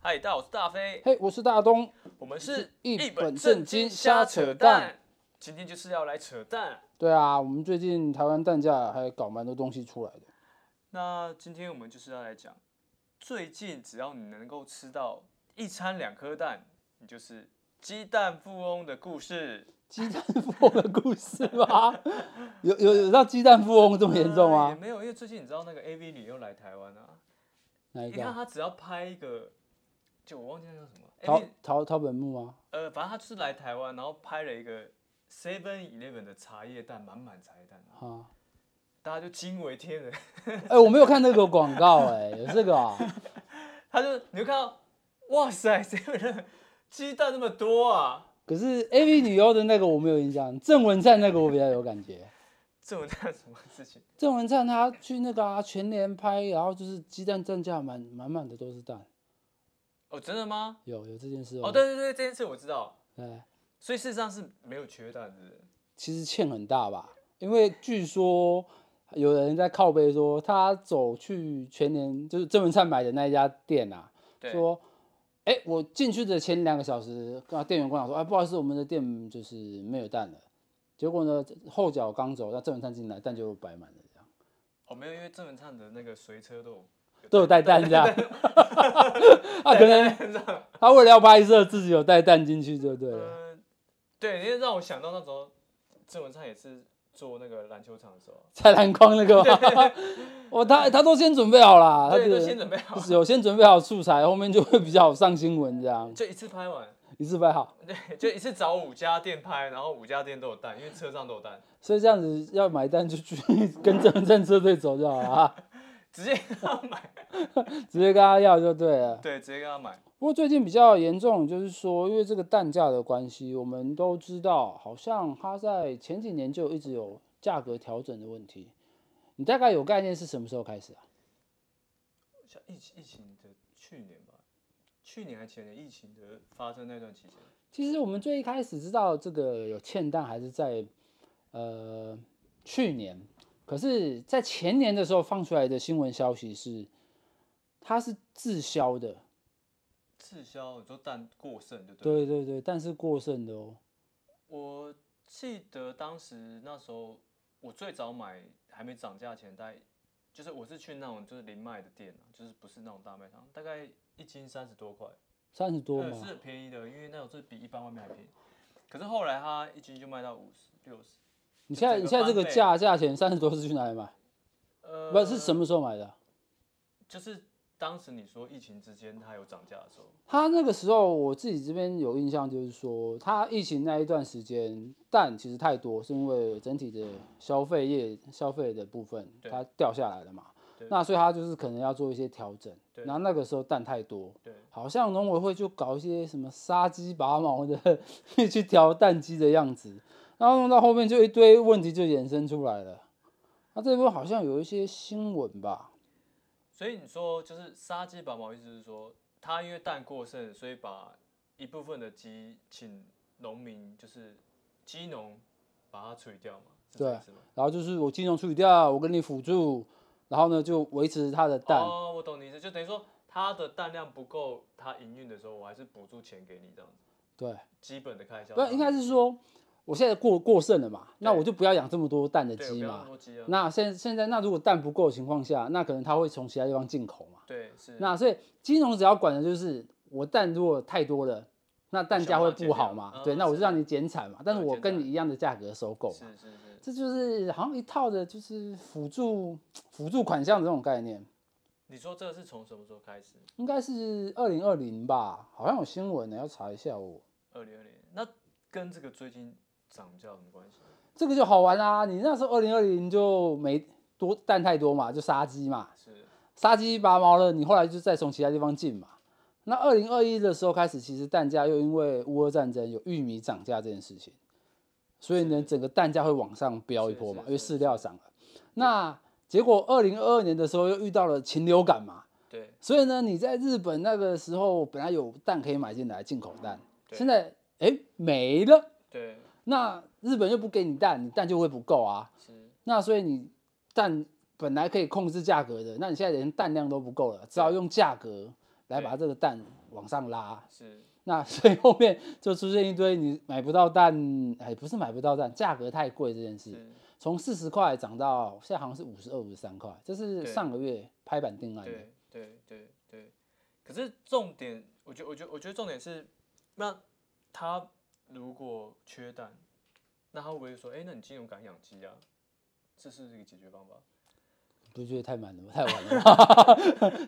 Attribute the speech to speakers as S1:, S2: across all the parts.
S1: 嗨，大家好，我是大飞，
S2: 嘿我是大东。
S1: 我们是
S2: 一本正经瞎扯淡，
S1: 今天就是要来扯淡。
S2: 对啊，我们最近台湾蛋价还搞蛮多东西出来的。
S1: 那今天我们就是要来讲，最近只要你能够吃到一餐两颗蛋，你就是鸡蛋富翁的故事。
S2: 鸡蛋富翁的故事吗？ 有有有到鸡蛋富翁这么严重啊
S1: 呃也
S2: 吗？
S1: 没有，因为最近你知道那个 AV 女优来台湾啊，
S2: 哪一
S1: 你
S2: 个
S1: 看
S2: 啊？
S1: 她只要拍一个，就我忘记那叫什么
S2: 陶
S1: AV，
S2: 陶陶本木吗？
S1: 呃，反正她就是来台湾，然后拍了一个 Seven Eleven 的茶叶蛋，满满茶叶蛋啊，
S2: 啊，
S1: 大家就惊为天人。
S2: 哎、我没有看那个广告、哎，有这个啊？
S1: 他就你就看到，哇塞，这个人鸡蛋那么多啊！
S2: 可是 A V 女优的那个我没有印象，郑文灿那个我比较有感觉。
S1: 这种蛋什么事情？
S2: 郑文灿他去那个啊全联拍，然后就是鸡蛋蛋价满满满的都是蛋，
S1: 哦，真的吗？
S2: 有有这件事
S1: 哦，对对对，这件事我知道。
S2: 哎，
S1: 所以事实上是没有缺蛋的。
S2: 其实欠很大吧，因为据说有人在靠背说，他走去全年就是郑文灿买的那一家店啊，
S1: 对
S2: 说，哎、我进去的前两个小时，啊，店员跟我讲说，哎，不好意思，我们的店就是没有蛋了。结果呢，后脚刚走，那郑文灿进来，蛋就摆满了，这样
S1: 哦，没有，因为郑文灿的那个随车都有
S2: 都有带蛋这样。 啊，可能
S1: 这样。
S2: 他为了要拍摄，自己有带蛋进去，对不对了？
S1: 嗯，对，你就让我想到那时候郑文灿也是做那个篮球场的时候，
S2: 菜篮筐那 个吗？哦，他他都先准备好啦，他
S1: 对，
S2: 这
S1: 都
S2: 个
S1: 先准备好，
S2: 有先准备好素材，后面就会比较好上新闻，这样
S1: 就一次拍完，
S2: 一次拍好。
S1: 对，就一次找五家店拍，然后五家店都有蛋，因为车上都有蛋，
S2: 所以这样子要买单就去跟正正车队走就好了啊，
S1: 直接跟他买，
S2: 直接跟他要就对了。
S1: 对，直接跟他买。
S2: 不过最近比较严重，就是说因为这个蛋价的关系，我们都知道，好像它在前几年就一直有价格调整的问题。你大概有概念是什么时候开始啊？
S1: 像疫情疫情的去年吧，去年还前年疫情的发生那段期间，
S2: 其实我们最一开始知道这个有欠蛋，还是在呃去年，可是，在前年的时候放出来的新闻消息是，它是滞销的，
S1: 滞销，你说蛋过剩就对了。
S2: 对对对，但是过剩的哦，
S1: 我记得当时那时候我最早买还没涨价前，大概就是我是去那种就是零卖的店啊，就是不是那种大卖场，大概一斤三十多块，
S2: 三十多
S1: 呃
S2: 嘛，
S1: 是很便宜的，因为那种是比一般外面还便宜。可是后来它一斤就卖到五十六十，
S2: 你现在
S1: 整
S2: 你
S1: 个
S2: 现在这个
S1: 翻倍
S2: 价价钱三十多是去哪里买？
S1: 呃，
S2: 不是是什么时候买的？啊
S1: 就是当时你说疫情之间它有涨价的时候，
S2: 他那个时候我自己这边有印象，就是说他疫情那一段时间蛋其实太多，是因为整体的消费业消费的部分
S1: 对
S2: 它掉下来了嘛
S1: 对，
S2: 那所以他就是可能要做一些调整。
S1: 对
S2: 然后那个时候蛋太多，
S1: 对。
S2: 好像农委会就搞一些什么杀鸡拔毛的 去调蛋鸡的样子，然后弄到后面就一堆问题就衍生出来了。那这边好像有一些新闻吧？
S1: 所以你说就是杀鸡拔毛，意思是说它因为蛋过剩，所以把一部分的鸡请农民就是鸡农把它处理掉嘛？是这
S2: 对
S1: 意思吗？
S2: 然后就是我金融处理掉，我给你辅助，然后呢就维持它的蛋。
S1: 哦，我懂你意思，就等于说它的蛋量不够，它营运的时候我还是补助钱给你这样子，
S2: 对，
S1: 基本的开销。
S2: 不应该是说我现在过过剩了嘛，那
S1: 对
S2: 我就不要养这么多蛋的
S1: 对，不
S2: 鸡
S1: 要那么
S2: 嘛。
S1: 多鸡啊。
S2: 那现现在那如果蛋不够的情况下，那可能它会从其他地方进口嘛。
S1: 对，是。
S2: 那所以金融只要管的就是我蛋如果太多了。那蛋价会不好嘛
S1: 想办法减？量
S2: 对，
S1: 嗯
S2: 那我就是让你减产嘛，但是
S1: 嗯
S2: 我
S1: 减
S2: 跟
S1: 产
S2: 你一样的价格收购嘛
S1: 是，是是，
S2: 这就是好像一套的，就是辅助辅助款项的这种概念。
S1: 你说这个是从什么时候开始？
S2: 应该是二零二零吧，好像有新闻呢，要查一下哦。
S1: 二零二零，那跟这个最近涨价有什么关系？
S2: 这个就好玩啦、你那时候二零二零就没多蛋太多嘛，就杀鸡嘛，
S1: 是
S2: 杀鸡拔毛了，你后来就再从其他地方进嘛。那二零二一的时候开始，其实蛋价又因为乌俄战争有玉米涨价这件事情，所以呢，整个蛋价会往上飙一波
S1: 是
S2: 嘛，
S1: 是
S2: 因为
S1: 是
S2: 饲料涨了。那结果二零二二年的时候又遇到了禽流感嘛，
S1: 对
S2: 所以呢，你在日本那个时候本来有蛋可以买进来进口蛋，
S1: 对
S2: 现在哎没了，
S1: 对
S2: 那日本又不给你蛋，你蛋就会不够啊。
S1: 是。
S2: 那所以你蛋本来可以控制价格的，那你现在连蛋量都不够了，只好用价格来把这个蛋往上拉。
S1: 是
S2: 那 所以后面就出现一堆你买不到蛋，哎，不是买不到蛋，价格太贵这件事，
S1: 是
S2: 从四十块涨到现在好像是五十二、五十三块，这是
S1: 对
S2: 上个月拍板定案的。
S1: 对对对对，可是重点，我觉我觉我觉得重点是，那他如果缺蛋，那他会不会说，哎、那你金融敢养鸡啊？这是一个解决方法。
S2: 不觉得太晚了吗？太晚了吗？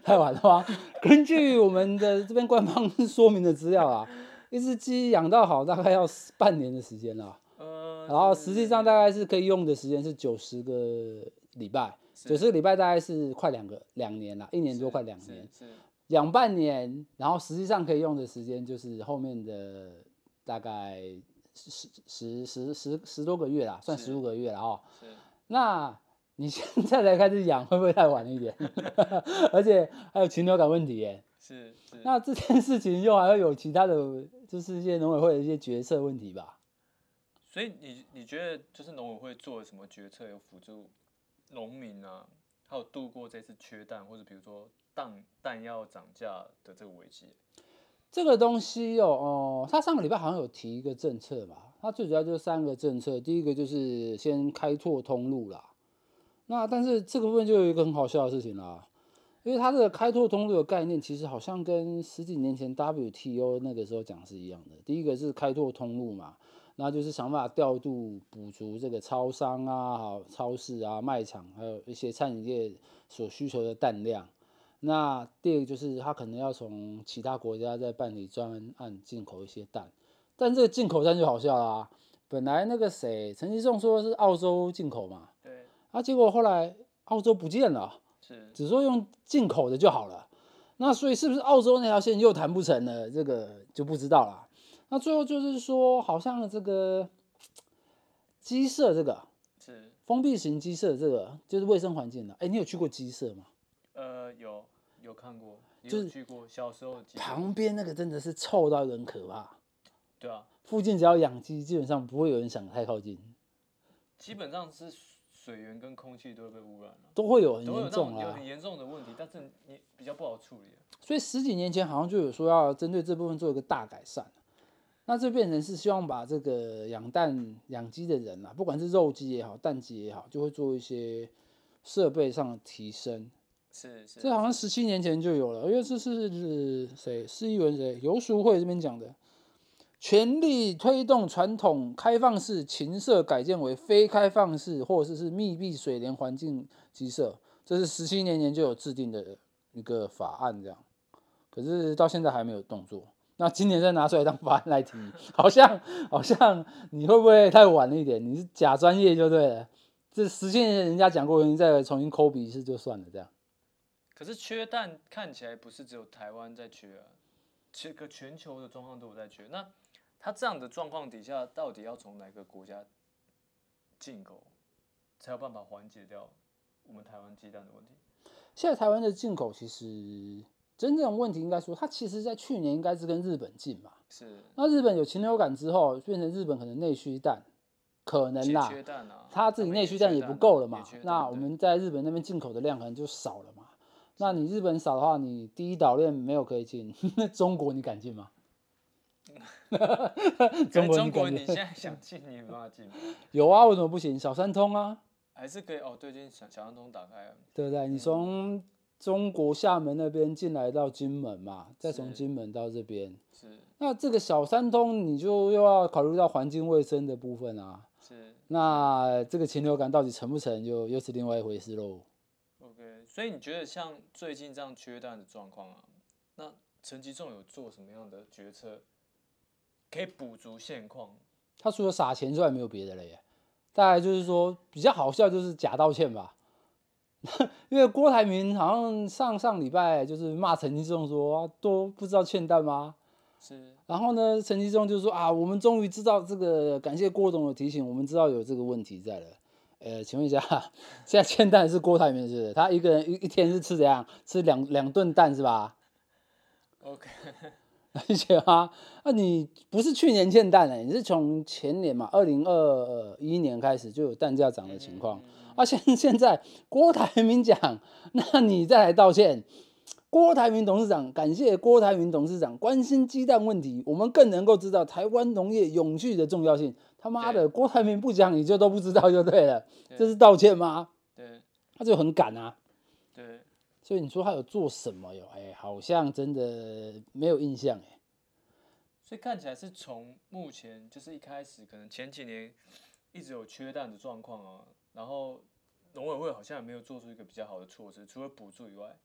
S2: 太晚了 吗？根据我们的这边官方 说明的资料啊，一只鸡养到好大概要半年的时间啦，
S1: 呃，
S2: 然后
S1: 是
S2: 实际上大概是可以用的时间是九十个礼拜，九十个礼拜大概是快两个两年啦，一年多快两年。，
S1: 是是是
S2: 养半年，然后实际上可以用的时间就是后面的大概十十十十十多个月啦，算
S1: 是
S2: 十五个月了哦。
S1: 是
S2: 那你现在才开始养，会不会太晚了一点？ 而且还有禽流感问题耶。
S1: 是是
S2: 那这件事情又还会有其他的，就是一些农委会的一些决策问题吧？
S1: 所以你你觉得就是农委会做了什么决策有辅助农民啊，还有度过这次缺蛋或者比如说蛋蛋要涨价的这个危机？
S2: 这个东西哦，哦，他上个礼拜好像有提一个政策吧，他最主要就是三个政策，第一个就是先开拓通路啦。那但是这个部分就有一个很好笑的事情啦，因为它这个开拓通路的概念，其实好像跟十几年前 WTO 那个时候讲是一样的。第一个是开拓通路嘛，那就是想办法调度补足这个超商啊、好超市啊、卖场，还有一些餐饮业所需求的蛋量。那第二个就是它可能要从其他国家再办理专案进口一些蛋，但这个进口蛋就好笑啦、本来那个谁陈其仲说是澳洲进口嘛，
S1: 对，
S2: 啊，结果后来澳洲不见了，
S1: 是
S2: 只说用进口的就好了。那所以是不是澳洲那条线又谈不成了？这个就不知道啦。那最后就是说，好像这个鸡舍这个
S1: 是
S2: 封闭型鸡舍这个就是卫生环境了。哎，你有去过鸡舍吗？
S1: 呃有有看过，也
S2: 就
S1: 有
S2: 是
S1: 去过小时候的记忆
S2: 旁边那个真的是臭到一个很可怕。
S1: 对啊，
S2: 附近只要养鸡，基本上不会有人想太靠近，
S1: 基本上是水源跟空气都会被污染了、
S2: 都会有很
S1: 都会有那
S2: 严
S1: 种
S2: 重啊
S1: 有
S2: 啦
S1: 很。严重的问题，但是你比较不好处理啊、
S2: 所以十几年前好像就有说要针对这部分做一个大改善，那这变成是希望把这个养蛋、养鸡的人啊，不管是肉鸡也好、蛋鸡也好，就会做一些设备上的提升。
S1: 是是，
S2: 这好像十七年前就有了，因为这是呃谁市议员谁游淑慧这边讲的，全力推动传统开放式禽舍改建为非开放式或者是密闭水帘环境鸡舍，这是十七年前就有制定的一个法案，这样，可是到现在还没有动作。那今年再拿出来当法案来提，好像好像你会不会太晚了一点？你是假专业就对了。这十七年前人家讲过，你再重新抠鼻一次就算了，这样。
S1: 可是缺蛋看起来不是只有台湾在缺啊，这个全球的状况都有在缺。那它这样的状况底下，到底要从哪个国家进口，才有办法缓解掉我们台湾鸡蛋的问题？
S2: 现在台湾的进口其实真正的问题，应该说它其实在去年应该是跟日本进嘛。
S1: 是
S2: 那日本有禽流感之后，变成日本可能内需蛋可能
S1: 缺
S2: 啦，
S1: 缺蛋啊，
S2: 它自己
S1: 们也
S2: 内需
S1: 缺
S2: 蛋也
S1: 蛋
S2: 不
S1: 啊
S2: 够了
S1: 也
S2: 嘛
S1: 缺。蛋
S2: 那
S1: 对
S2: 我们在日本那边进口的量可能就少了嘛。那
S1: 啊
S2: 你日本少的话，你第一岛链没有可以进，那中国你敢进吗？
S1: 可
S2: 中
S1: 是
S2: 国
S1: 中
S2: 你
S1: 国
S2: 敢
S1: 你
S2: 进？
S1: 现 在想进，你也没办法进吧，
S2: 有啊，为什么不行？小三通啊，
S1: 还是可以哦。最近小小象通打开了，
S2: 对不对？
S1: 啊
S2: 你从中国厦门那边进来到金门嘛，再从
S1: 是
S2: 金门到这边，
S1: 是
S2: 那这个小三通，你就又要考虑到环境卫生的部分啊。
S1: 是
S2: 那这个禽流感到底成不成，就又是另外一回事喽。
S1: OK，所以你觉得像最近这样缺蛋的状况啊，那陈吉仲有做什么样的决策可以补足现况？
S2: 他除了撒钱之外，没有别的了耶。大概就是说，比较好笑就是假道歉吧。 因为郭台铭好像上上礼拜就是骂陈吉仲说、啊都不知道欠蛋吗？
S1: 是
S2: 然后呢，陈其中就说啊，我们终于知道这个，感谢郭总的提醒，我们知道有这个问题在了。呃，请问一下， 现在欠蛋是郭台铭是不是？他一个人一一天是吃怎样？吃两两顿蛋是吧？
S1: OK，
S2: 而且啊，那、你不是去年欠蛋的、欸你是从前年嘛，二零二一年开始就有蛋价涨的情况。
S1: 嗯
S2: 啊，现现在郭台铭讲，那你再来道歉，郭台铭董事长感谢郭台铭董事长关心鸡蛋问题，我们更能够知道台湾农业永续的重要性。他妈的，郭台铭不讲你就都不知道就对了，这是道歉吗？
S1: 对
S2: 他就很敢啊。
S1: 对，
S2: 所以你说他有做什么哟？哎、好像真的没有印象哎、
S1: 所以看起来是从目前就是一开始可能前几年一直有缺蛋的状况啊，然后农委会好像也没有做出一个比较好的措施，除了补助以外，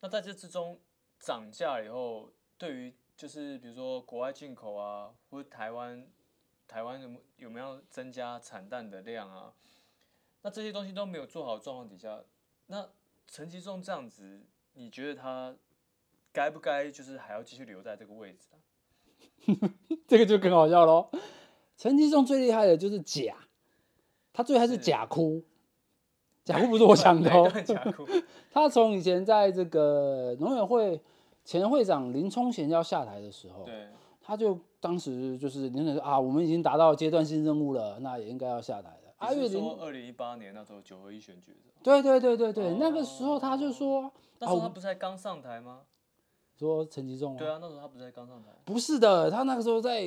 S1: 那在这之中涨价了以后，对于就是比如说国外进口啊，或者台湾台湾有没有没有增加产蛋的量啊，那这些东西都没有做好的状况底下，那陈吉仲这样子，你觉得他该不该就是还要继续留在这个位置啊？
S2: 这个就更好笑喽。陈吉仲最厉害的就是假，他最厉害是
S1: 是
S2: 假哭，假哭不是我 想的
S1: 对
S2: 哦。
S1: 都很假哭
S2: 他从以前在这个农委会前会长林冲贤要下台的时候，
S1: 对
S2: 他就当时就是林冲说啊，我们已经达到阶段性任务了，那也应该要下台了。啊，因
S1: 你
S2: 为
S1: 是
S2: 林
S1: 说哦二零一八年那时候九合一选举的时候，
S2: 对对对对对，那个时候他就说
S1: 那时候他不是才刚上台吗？
S2: 说陈吉仲
S1: 对
S2: 啊，
S1: 啊，那时候他不是才刚上台？
S2: 不是的，他那个时候在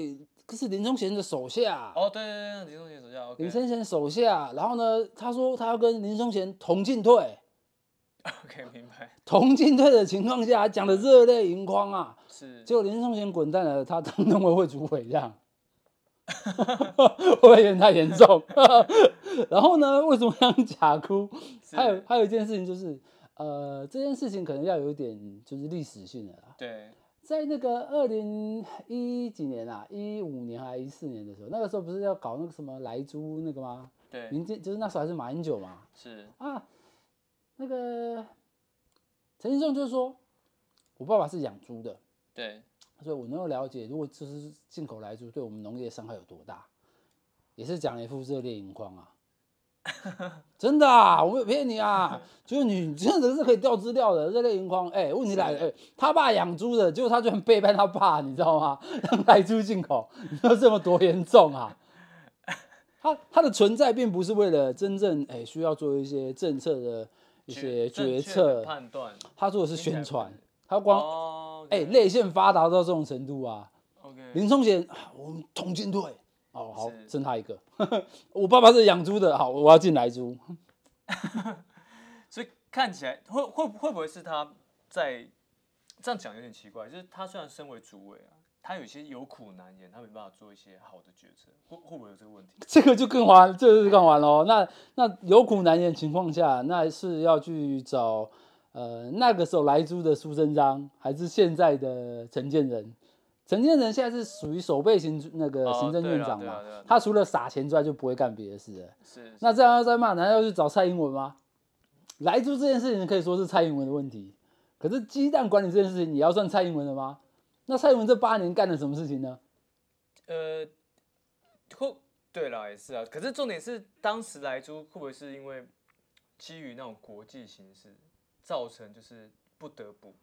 S2: 可是林冲贤的手下，
S1: 哦，对对对，那林松杰手下
S2: 林
S1: ，OK
S2: 冲贤手下，然后呢，他说他要跟林冲贤同进退，
S1: OK，明白，
S2: 同进退的情况下讲的热泪盈眶啊，
S1: 是
S2: 结果林冲贤滚蛋了，他当农委会主委这样， 会不会有点太严重？ 然后呢，为什么让假哭？
S1: 是
S2: 还有还有一件事情就是，呃，这件事情可能要有一点就是历史性的啦。
S1: 对
S2: 在那个二零一几年啊，一五年还一四年的时候，那个时候不是要搞那个什么莱猪那个吗？
S1: 对
S2: 民进就是那时候还是马英九嘛，
S1: 是
S2: 啊，那个陈金仲就说，我爸爸是养猪的，
S1: 对
S2: 所以我能够了解，如果就是进口来猪对我们农业伤害有多大，也是讲了一副热烈盈眶啊。真的啊，我没有骗你啊，就是你真的是可以调资料的，热泪盈眶。哎、问题来了，哎、他爸养猪的，结果他居然背叛他爸，你知道吗？ 让来猪进口，你说这么多严重啊？他他的存在并不是为了真正哎、需要做一些政策的一些
S1: 正确
S2: 决
S1: 的
S2: 策，
S1: 判断，
S2: 他做的是
S1: 听起来
S2: 宣
S1: 不
S2: 传
S1: 是，
S2: 他光
S1: 哦，
S2: 哎、泪腺发达到这种程度啊！
S1: OK，
S2: 林冲贤，啊我们同进退。哦，好，
S1: 是
S2: 剩他一个。 我爸爸是养猪的，好，我要进来猪。
S1: 所以看起来会会会不会是他在这样讲有点奇怪，就是他虽然身为主委啊，他有些有苦难言，他没办法做一些好的决策，会会不会有这个问题？
S2: 这个就更完，这个就更完喽。那那有苦难言的情况下，那是要去找呃那个时候来猪的苏贞昌，还是现在的陈建仁？陈建仁现在是属于守备行那个
S1: 哦
S2: 行政
S1: 对
S2: 院
S1: 啦
S2: 长
S1: 对
S2: 嘛
S1: 啦对啊啦，
S2: 他除了撒钱之外就不会干别的事了。
S1: 是
S2: 那这样要再骂，难道要去找蔡英文吗？来猪这件事情可以说是蔡英文的问题，可是鸡蛋管理这件事情也要算蔡英文的吗？那蔡英文这八年干了什么事情呢？
S1: 呃，会对啦，也是啊。可是重点是，当时来猪会不会是因为基于那种国际形势，造成就是不得不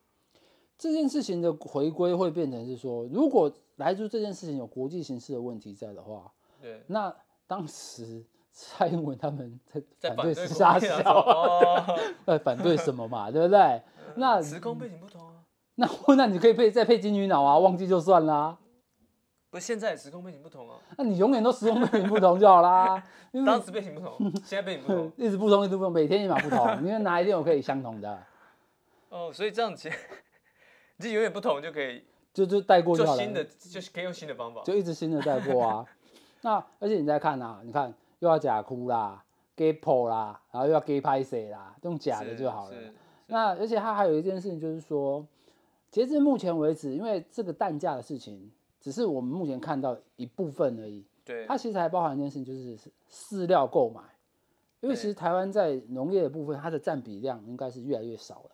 S2: 这件事情的回归会变成是说，如果来猪这件事情有国际形势的问题在的话，
S1: 对
S2: 那当时蔡英文他们在
S1: 在
S2: 反对
S1: 对
S2: 是
S1: 国
S2: 啥
S1: 民党
S2: 小，
S1: 哦
S2: 呃，反对什么嘛，对不对？ 那
S1: 时空背景不同啊，
S2: 那那你可以配再配金鱼脑啊，忘记就算啦。
S1: 不是现在的时空背景不同啊，
S2: 那你永远都时空背景不同就好 啦，因为
S1: 当时背景不同，
S2: 嗯
S1: 现在背景不 同
S2: 一直不同，一直不同，每天一码不同，因为哪一天我可以相同的，
S1: 哦，所以这样其实你就永远不同就可以
S2: 就就带过就
S1: 做
S2: 好了，
S1: 新的，就是可以用新的方法，
S2: 就一直新的带过 啊。那而且你再看啊，你看又要假哭啦、gay po 啦，然后又要 gay 拍谁啦，用假的
S1: 是
S2: 就好了。
S1: 是
S2: 那而且它还有一件事情，就是说，截至目前为止，因为这个蛋价的事情，只是我们目前看到一部分而已。
S1: 对
S2: 它其实还包含一件事情，就是饲料购买，因为
S1: 对
S2: 其实台湾在农业的部分，它的占比量应该是越来越少了，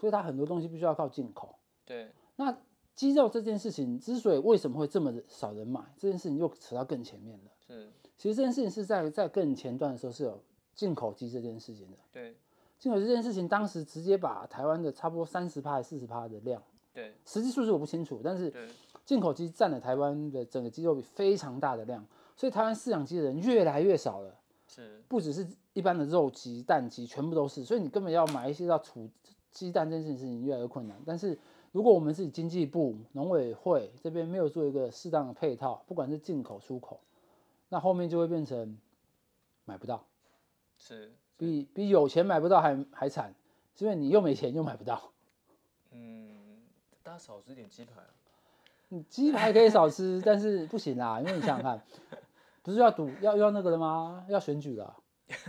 S2: 所以它很多东西必须要靠进口。
S1: 对
S2: 那鸡肉这件事情之所以为什么会这么少人买，这件事情又扯到更前面了。
S1: 是，
S2: 其实这件事情是在在更前段的时候是有进口鸡这件事情的。
S1: 对
S2: 进口鸡这件事情，当时直接把台湾的差不多三十趴、还四十趴的量，
S1: 对
S2: 实际数字我不清楚，但是
S1: 对
S2: 进口鸡占了台湾的整个鸡肉比非常大的量，所以台湾饲养鸡的人越来越少了，
S1: 是，
S2: 不只是一般的肉鸡、蛋鸡，全部都是，所以你根本要买一些要储鸡蛋这件事情越来越困难。但是如果我们自己经济部、农委会这边没有做一个适当的配套，不管是进口、出口，那后面就会变成买不到，
S1: 是，
S2: 比比有钱买不到还还惨，是因为你又没钱又买不到。
S1: 嗯，大家少吃一点鸡排啊。
S2: 你鸡排可以少吃，但是不行啦，因为你想想看，不是要赌要要那个了吗？要选举了，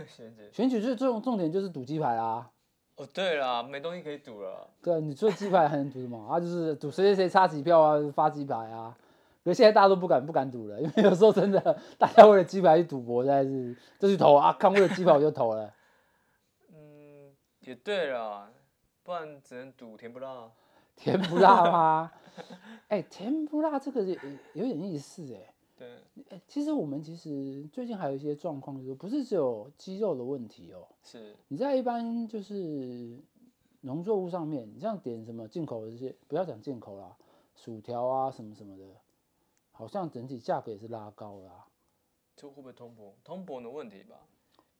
S1: 贤姐，
S2: 选举最重重点就是赌鸡排啊啦。
S1: 哦，对啦，没东西可以赌了。
S2: 对啊，你除了鸡排还能赌什么啊？就是赌谁谁谁差几票啊，发鸡排啊。可是现在大家都不敢不敢赌了，因为有时候真的大家为了鸡排去赌博，实在是就去投啊，看为了鸡排我就投了。
S1: 嗯，也对啦，不然只能赌甜不辣。啊
S2: 甜不辣吗？哎、甜不辣这个有有点意思哎、
S1: 对，
S2: 哎其实我们其实最近还有一些状况，就是不是只有鸡肉的问题哦。
S1: 是，
S2: 你在一般就是农作物上面，你像点什么进口的这些，不要讲进口啦，薯条啊什么什么的，好像整体价格也是拉高啦、
S1: 这会不会通膨？通膨的问题吧。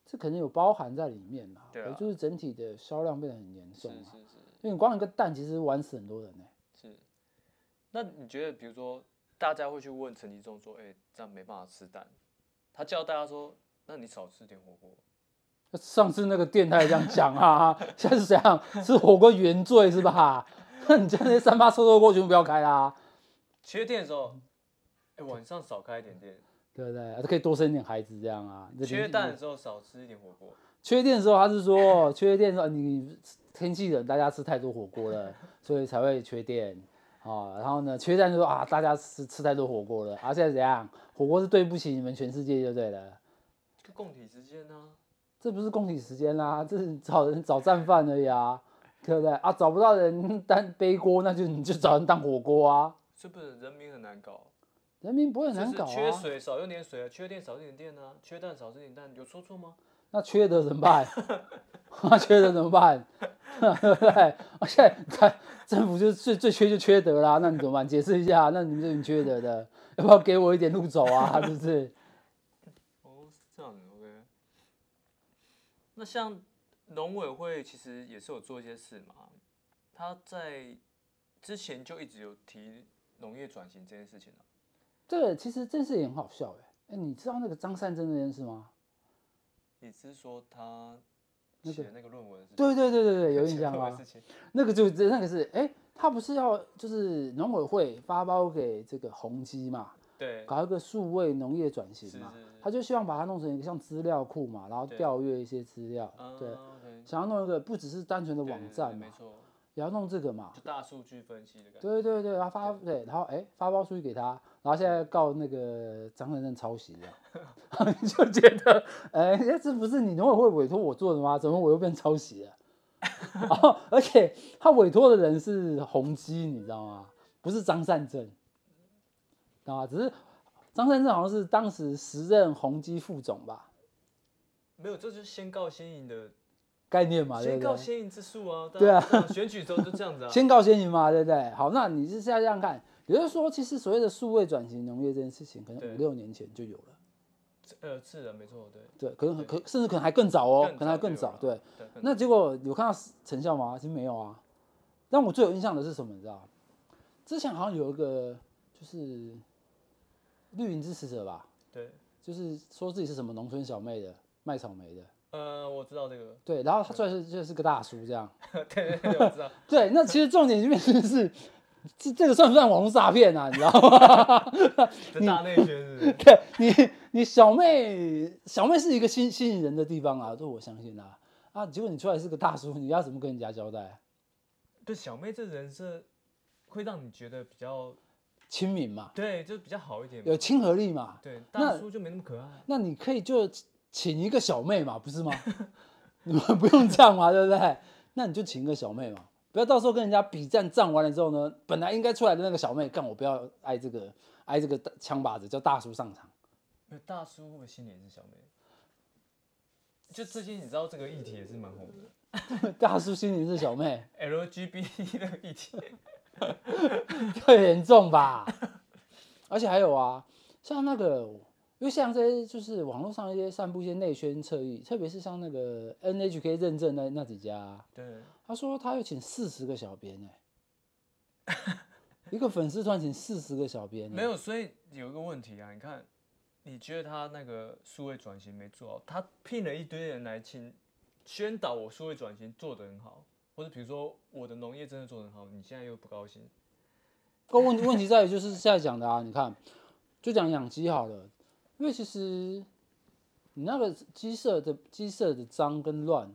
S2: 这可能有包含在里面嘛。
S1: 对啊
S2: 可就是整体的销量变得很严
S1: 是
S2: 重啊。
S1: 是是
S2: 因为你光一个蛋，其实玩死很多人呢、
S1: 是。那你觉得，比如说，大家会去问陈吉仲说：“哎、这样没办法吃蛋。”他叫大家说：“那你少吃点火锅。
S2: 上次那个电台这样讲啊， 下次怎样吃火锅原罪是吧？ 那你就那些三八臭臭锅全部不要开啦，”
S1: 缺电的时候，哎、晚上少开一点电；
S2: 对不对？啊可以多生一点孩子这样啊。你的邻
S1: 缺
S2: 居
S1: 蛋的时候少吃一点火锅。
S2: 缺电的时候，他是说缺电的时候你天气冷，大家吃太多火锅了，所以才会缺电啊。然后呢，缺蛋就说啊，大家吃吃太多火锅了，啊现在怎样？火锅是对不起你们全世界就对了，
S1: 就供体之间呢、
S2: 这不是供体时间啦，这是找人找战犯而已啊，对不对啊？找不到人当背锅，那就你就找人当火锅啊，
S1: 是不是人民很难搞？
S2: 人民不会很难
S1: 就是
S2: 搞啊。
S1: 缺水少用点水啊，缺电少用点电啊，缺蛋少吃点蛋，有说错吗？
S2: 那缺德怎么办？ 那缺德怎么办？ 对不对？而且他政府就是最最缺就缺德啦，那你怎么办？解释一下，那你们这群缺德的，要不要给我一点路走啊？ 是不是？
S1: 哦，是这样的，OK。那像农委会其实也是有做一些事嘛，他在之前就一直有提农业转型这件事情啊。
S2: 这个其实这件事也很好笑哎、哎，你知道那个张善珍那件事吗？
S1: 你是说他
S2: 那
S1: 写的那个论文是？
S2: 对对对对对，有印
S1: 写
S2: 象啊
S1: 论文
S2: 吗
S1: 事？情
S2: 那个就那个是哎、他不是要就是农委会发包给这个宏基嘛？
S1: 对，
S2: 搞一个数位农业转型
S1: 是
S2: 嘛
S1: 是是，
S2: 他就希望把它弄成一个像资料库嘛，然后
S1: 对
S2: 调阅一些资料，
S1: 啊
S2: 对，
S1: ，OK，
S2: 想要弄一个不只是单纯的
S1: 对对对
S2: 网站嘛
S1: 没，错，
S2: 也要弄这个嘛
S1: 就，大数据分析的感觉。
S2: 对对对，然后发对，然后哎发包出去给他，然后现在告那个张胜正抄袭 了，你就觉得哎 这不是你农委会委托我做的吗？怎么我又变抄袭了？ 然后而且他委托的人是宏基，你知道吗？不是张善政，知道吗？只是张善政好像是当时时任宏基副总吧，
S1: 没有，这就是先告先赢的，
S2: 概念嘛，对
S1: 先
S2: 不
S1: 告
S2: 对？
S1: 先赢之术啊。大
S2: 对
S1: 家
S2: 啊
S1: 知道，选举之后就这样子啊。
S2: 先告先赢嘛，对不对？好，那你是现在这样看，也就是说，其实所谓的数位转型农业这件事情，可能
S1: 对
S2: 五六年前就有了，
S1: 呃，是的，没错，对。
S2: 对，可能很可甚至可能还更早哦，可能还
S1: 就
S2: 更
S1: 有
S2: 早
S1: 了，
S2: 对。
S1: 对，更
S2: 那结果有看到成效吗？其实没有啊。让我最有印象的是什么？你知道吗？之前好像有一个就是绿营支持者吧，
S1: 对，
S2: 就是说自己是什么农村小妹的，卖草莓的，
S1: 呃，我知道这个，
S2: 对，然后他出来是就是个大叔这样。
S1: 对对对，我知 道，
S2: 对，那其实重点就变成是，这这个算不算网络诈骗啊？你知道吗？
S1: 这大内宣是不是
S2: 对 你，你小妹，小妹是一个吸吸引人的地方啊，这我相信啊。啊，结果你出来是个大叔，你要怎么跟人家交代？啊
S1: 对小妹这人设会让你觉得比较
S2: 亲民嘛，
S1: 对，就比较好一点嘛。
S2: 有亲和力嘛。
S1: 对，
S2: 那
S1: 大叔就没那么可爱。
S2: 那你可以就请一个小妹嘛，不是吗？ 你们不用这样嘛，对不对？那你就请一个小妹嘛，不要到时候跟人家比战，战完了之后呢，本来应该出来的那个小妹，干我不要挨这个挨这个大枪把子，叫大叔上场。
S1: 那大叔会不会心里也是小妹？就最近你知道这个议题也是蛮红的
S2: 大叔心里是小妹，
S1: ，LGBT 的议题。
S2: 最严重吧？而且还有啊，像那个因为像这些就是网络上一些散布一些内宣侧翼，特别是像那个 NHK 认证那那几家啊、
S1: 对，
S2: 他说他要请四十个小编哎、 一个粉丝团请四十个小编、欸，
S1: 没有，所以有一个问题啊，你看，你觉得他那个数位转型没做好，他聘了一堆人来请宣导我数位转型做得很好，或者比如说我的农业真的做得很好，你现在又不高兴，
S2: 个问题问题在于就是现在讲的啊，你看，就讲养鸡好了，因为其实你那个鸡舍的鸡舍的脏跟乱，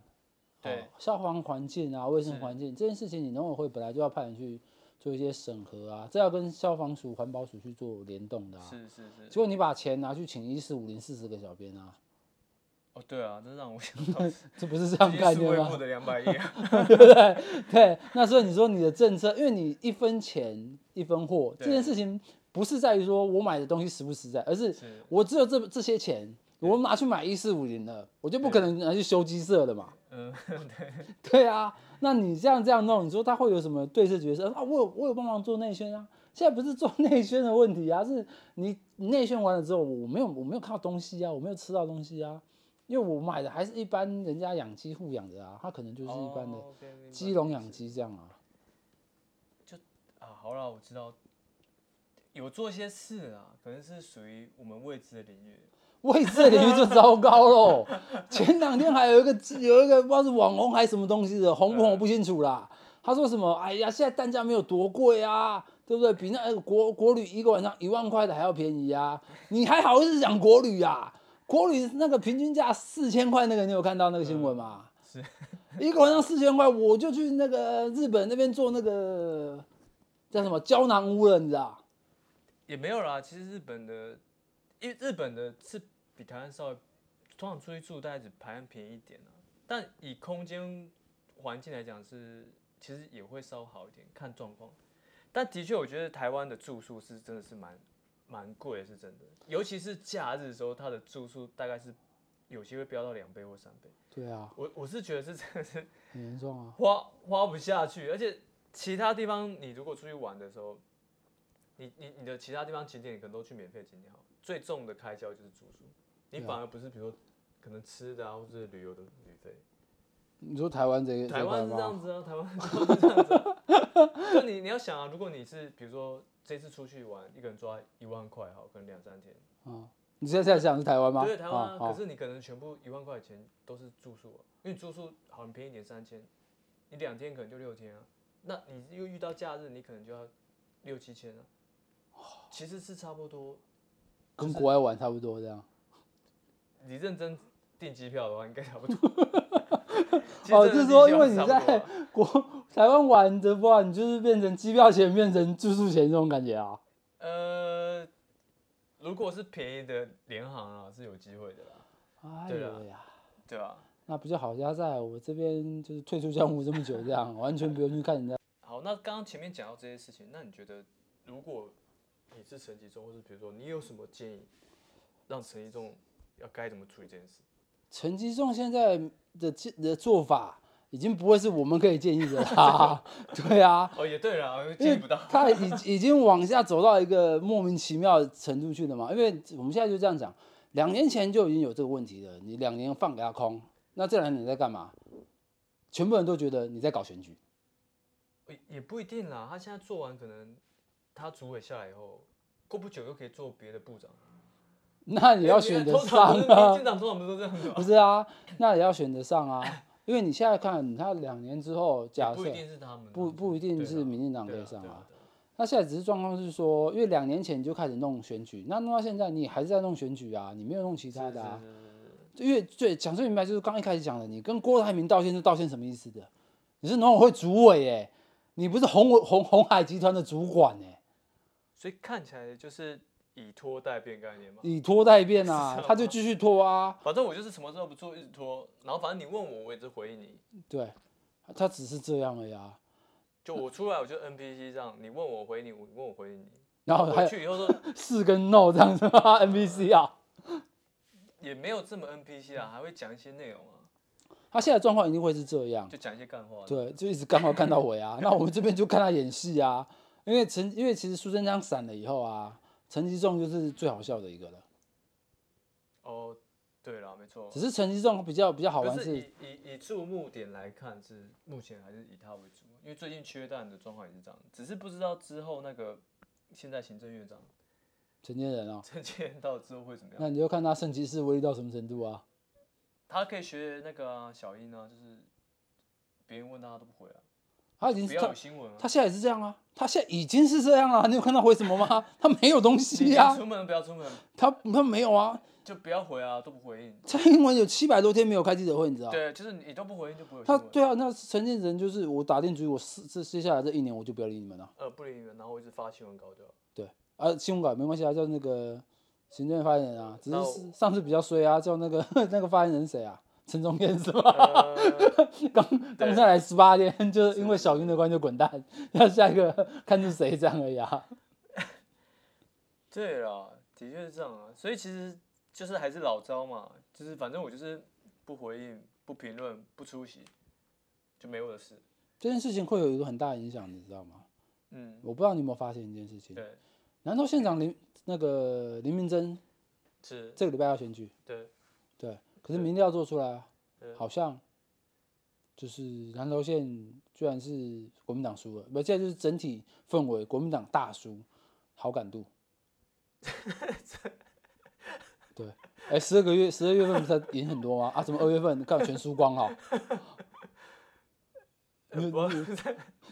S1: 对
S2: 哦，消防环境啊、卫生环境这件事情，你农委会本来就要派人去做一些审核啊，这要跟消防署、环保署去做联动的啊。
S1: 是是是，
S2: 结果你把钱拿去请一四五零四十个小编啊，
S1: 哦对啊，这让我想 到
S2: 这不是这样概
S1: 数
S2: 念
S1: 位
S2: 吗
S1: 部？的两百页，
S2: 对，那所以你说你的政策，因为你一分钱一分货这件事情，不是在于说我买的东西实不实在，而是
S1: 是
S2: 我只有这这些钱，我拿去买一四五零了，我就不可能拿去修鸡舍了嘛。
S1: 嗯、对，
S2: 对啊，那你这样这样弄，你说他会有什么对峙角色啊？我有我有帮忙做内宣啊，现在不是做内宣的问题啊，是你你内宣完了之后，我没有我没有看到东西啊，我没有吃到东西啊，因为我买的还是一般人家养鸡户养的啊，他可能 就是一般的
S1: 哦，OK，明白
S2: 鸡笼养鸡这样啊。
S1: 啊，好了，我知道，有做一些事啊，可能是属于我们未知的领域，
S2: 位置领域就糟糕 喽。前两天还有一个有一个不知道是网红还是什么东西的，红不红我不清楚啦。他说什么？哎呀，现在蛋价没有多贵啊，对不对？比那呃国国旅一个晚上一万块的还要便宜啊！你还好意思讲国旅啊？国旅那个平均价四千块，那个你有看到那个新闻吗？
S1: 是
S2: 一个晚上四千块，我就去那个日本那边做那个叫什么胶囊屋了，你知道？
S1: 也没有啦。其实日本的，因为日本的是比台湾稍微，通常出去住大概只台湾便宜一点啊，但以空间环境来讲是，其实也会稍好一点，看状况。但的确，我觉得台湾的住宿是真的是蛮蛮贵，是真的，尤其是假日的时候，它的住宿大概是有些会飙到两倍或三倍。
S2: 对啊，
S1: 我我是觉得是真的是。
S2: 很严重啊。
S1: 花花不下去，而且其他地方你如果出去玩的时候，你你你的其他地方景点可能都去免费景点好了，最重的开销就是住宿，你
S2: 对啊
S1: 反而不是比如说可能吃的啊或者是旅游的旅费，
S2: 你说台湾这个
S1: 台湾
S2: 这
S1: 是这
S2: 块吗
S1: 样子啊，台湾就是这样子啊、就你你要想啊，如果你是比如说这次出去玩，一个人抓一万块好，可能两三天，
S2: 啊，你现在在讲是台湾吗？
S1: 对台湾啊、
S2: 啊，啊
S1: 可是你可能全部一万块钱都是住宿啊，因为你住宿好像便宜一点三千，你两天可能就六千啊，那你又遇到假日，你可能就要六七千啊，其实是差不多。
S2: 跟国外玩差不多这样。
S1: 你认真订机票的话，应该差不多。 其实
S2: 哦，
S1: 真的
S2: 就是
S1: 订
S2: 说
S1: 机票
S2: 因为
S1: 是
S2: 你
S1: 差不多
S2: 在
S1: 啊
S2: 国台湾玩的话，你就是变成机票钱变成住宿钱这种感觉啊。
S1: 呃，如果是便宜的联航啊，是有机会的啦，
S2: 哎
S1: 对啊
S2: 呦呀，
S1: 对吧、
S2: 那不就好家在我这边就是退出江湖这么久，这样 完全不用去看人家。
S1: 好，那刚刚前面讲到这些事情，那你觉得如果你是陈吉仲，或是比如说你有什么建议，让陈吉仲要该怎么处理这件事？
S2: 陈吉仲现在的的做法已经不会是我们可以建议的啦。对啊，
S1: 哦，也对了，
S2: 因
S1: 建
S2: 为
S1: 议不 到。
S2: 他已已经往下走到一个莫名其妙的程度去了嘛。因为我们现在就这样讲，两年前就已经有这个问题了，你两年放给他空，那这两年你在干嘛？全部人都觉得你在搞选举，
S1: 也也不一定啦，他现在做完，可能他主委下来以后，过不久又可以做别的部长。
S2: 那你要
S1: 哎看
S2: 选得
S1: 通常不
S2: 上
S1: 是
S2: 啊
S1: 民？进党通常不是都这样子吗
S2: 不？是啊，那也要选得上啊。 因为你现在看，你看两年之后，假
S1: 也
S2: 设
S1: 不一定是他们的，啊
S2: 不不一定
S1: 对
S2: 是
S1: 啦
S2: 民进党
S1: 对
S2: 可以
S1: 啦
S2: 上
S1: 对
S2: 啊
S1: 啦对啦
S2: 那现在只是状况是说，因为两年前你就开始弄选举，那弄到现在你还是在弄选举啊，你没有弄其他的啊。
S1: 是是是是
S2: 因为最讲最明白就是刚一开始讲的，你跟郭台铭道歉是道歉什么意思的？你是农委会主委哎，你不是红委红红海集团的主管哎，
S1: 所以看起来就是以拖代变概念嘛。
S2: 以拖代变
S1: 是
S2: 啊
S1: 啊，
S2: 他就继续拖啊，
S1: 反正我就是什么都不做，一直拖，然后反正你问我，我也只回应你。
S2: 对，他只是这样而已啊。
S1: 就我出来，我就 NPC 这样，你问我回你，我问我回你。
S2: 然哦后还
S1: 回
S2: 有
S1: 去以后说
S2: 是跟 no 这样子吗？NBC 啊，
S1: 也没有这么 NPC 啊，还会讲一些内容啊，
S2: 他现在状况一定会是这样，
S1: 就讲一些干话。
S2: 对，就一直刚好看到尾啊。那我们这边就看他演戏啊，因为陈因为其实苏贞昌散了以后啊，陈吉仲就是最好笑的一个了。
S1: 哦，对了，没错。
S2: 只是陈其仲比较比较好玩
S1: 可
S2: 是
S1: 是以以以注目点来看是，目前还是以他为主，因为最近缺蛋的状况也是这样，只是不知道之后那个现在行政院长
S2: 陈建仁哦，
S1: 陈建仁到之后会怎么样？
S2: 那你就看他圣骑士威力到什么程度啊。
S1: 他可以学那个啊、小英啊，就是别人问他他都不回啊，
S2: 他已经
S1: 不
S2: 他
S1: 要有新闻啊，
S2: 他现在也是这样啊，他现在已经是这样了、啊你有看到回什么吗？他没有东
S1: 你
S2: 西
S1: 要
S2: 啊，
S1: 出门不要出门，
S2: 他他没有啊。
S1: 就不要回啊，都不回应。
S2: 蔡英文有七百多天没有开记者会，你知道？
S1: 对，就是你都不回应就不会有新
S2: 他
S1: 闻。
S2: 对啊，那陈建仁就是我打定主意，我是这接下来这一年我就不要理你们了。
S1: 呃，不理你们，然后我一直发新闻稿就好。
S2: 对，啊，新闻稿没关系啊，叫那个行政发言人啊，只
S1: 那
S2: 是
S1: 我
S2: 是上次比较衰啊，叫那个 那个发言人谁啊？陈忠燕是吧？
S1: 呃
S2: 刚刚才来十八天，就是因为小英的关就滚蛋， 要下一个看是谁这样而已啊。
S1: 对啦，的确是这样啊，所以其实就是还是老招嘛，就是反正我就是不回应、不评论、不出席，就没我的事。
S2: 这件事情会有一个很大的影响，你知道吗？
S1: 嗯，
S2: 我不知道你有没有发现一件事情，
S1: 对，
S2: 南投县长林那个林明珍
S1: 是，
S2: 这个礼拜要选举，
S1: 对，
S2: 对，可是民调做出来啊
S1: 对，
S2: 好像就是南投县居然是国民党输了，不，现在就是整体氛围国民党大输，好 感度。对，哎，十二个月，十二月份不是才赢很多吗？啊，怎么二月份干全输光啊了？
S1: 呃我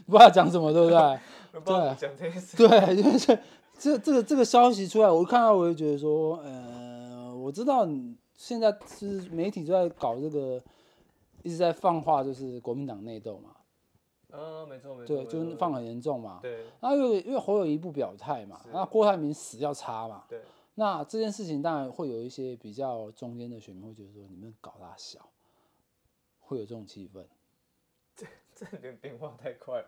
S2: 不知道讲什么，对不对？啊
S1: 我不知道讲这件事，
S2: 对，就是这这个这个消息出来，我看到我就觉得说，呃，我知道你现在是媒体就在搞这个，一直在放话，就是国民党内斗嘛，
S1: 嗯，没错没错，
S2: 对，
S1: 没
S2: 就
S1: 错
S2: 是放很严重嘛。
S1: 对
S2: 那因为因为侯友谊不表态嘛，那郭台铭死要插嘛，
S1: 对，
S2: 那这件事情当然会有一些比较中间的选民会觉得说，你们搞大小，会有这种气氛。
S1: 这有点变化太快了，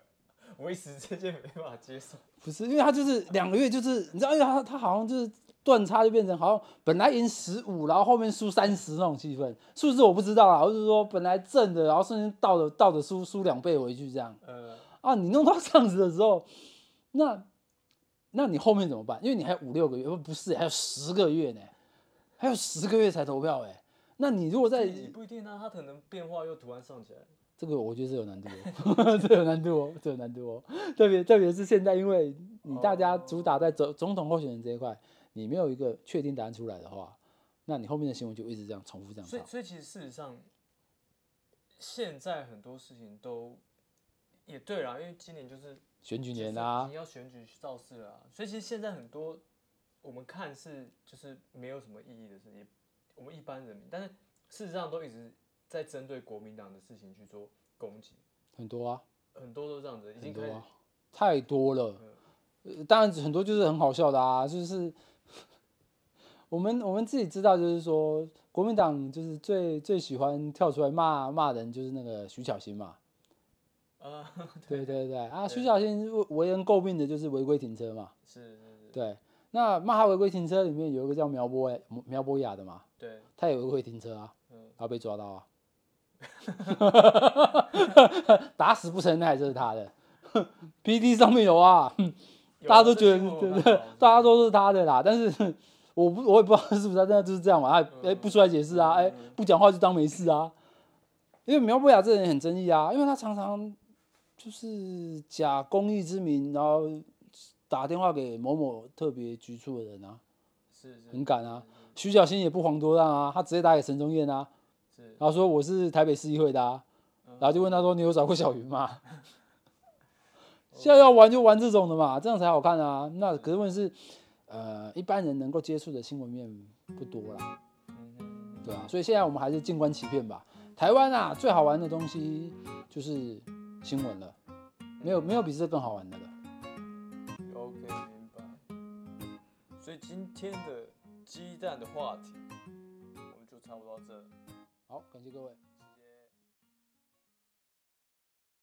S1: 我一时之间没办法接受。
S2: 不是，因为他就是两个月，就是你知道，因为他他好像就是断差就变成好像本来赢十五，然后后面输三十那种气氛，数字我不知道啊，我就是说本来正的，然后瞬间倒的倒的输输两倍回去这样
S1: 呃，
S2: 啊，你弄到这样子的时候，那那你后面怎么办？因为你还有五六个月，呃不不是还有十个月呢，还有十个月才投票哎、那你如果在
S1: 也不一定啊，他可能变化又突然上起来。
S2: 这个我觉得是有难度哦， 这有难度哦，这有难度哦。特别特别是现在，因为你大
S1: 哦
S2: 家主打在总总统候选人这一块，你没有一个确定答案出来的话，那你后面的新闻就一直这样重复这样
S1: 所以，
S2: 跑。
S1: 所以其实事实上，现在很多事情都也对啦，因为今年就是
S2: 选举年
S1: 已
S2: 啊
S1: 经，要选举造势了啊、所以其实现在很多我们看似就是没有什么意义的事情，我们一般人民，但是事实上都一直在针对国民党的事情去做攻击，
S2: 很多啊，
S1: 很多都这样子，已经
S2: 很多
S1: 开始、嗯
S2: 啊，太多了。呃当然很多就是很好笑的啊，就是 我们我们自己知道，就是说国民党就是最最喜欢跳出来骂骂人，就是那个徐巧芯嘛。
S1: 啊，
S2: 对对对啊，徐小新为为人诟病的就是违规停车嘛。
S1: 是是是，
S2: 对，那骂他违规停车里面有一个叫苗博苗博雅的嘛，
S1: 对，
S2: 他也违规停车啊，
S1: 嗯，
S2: 然后被抓到 啊，打死不承认那台车是他的 ，PT 上面有啊，
S1: 有
S2: 大
S1: 啊
S2: 家都觉得对对，对大家。
S1: 这新闻我看到
S2: 都是他的啦，但是。 我不，我也不知道是不是他，但就是这样嘛。他也哎、不出来解释啊，哎、不讲话就当没事啊。因为苗博雅这人也很争议啊，因为他常常就是假公益之名，然后打电话给某某特别局处的人啊，
S1: 是是
S2: 很敢啊。徐小新也不遑多让啊，他直接打给陈忠燕啊，
S1: 是，
S2: 然后说我是台北市议会的啊，然后就问他说你有找过小云吗？ 现在要玩就玩这种的嘛，这样才好看啊。那可是问题是，呃，一般人能够接触的新闻面不多啦，
S1: 嗯哼
S2: 对啊，所以现在我们还是静观其变吧。台湾啊，最好玩的东西就是新闻了，没有没有比这更好玩的了。
S1: OK，明白。所以今天的鸡蛋的话题，我们就差不多到这了。
S2: 好，感谢各位。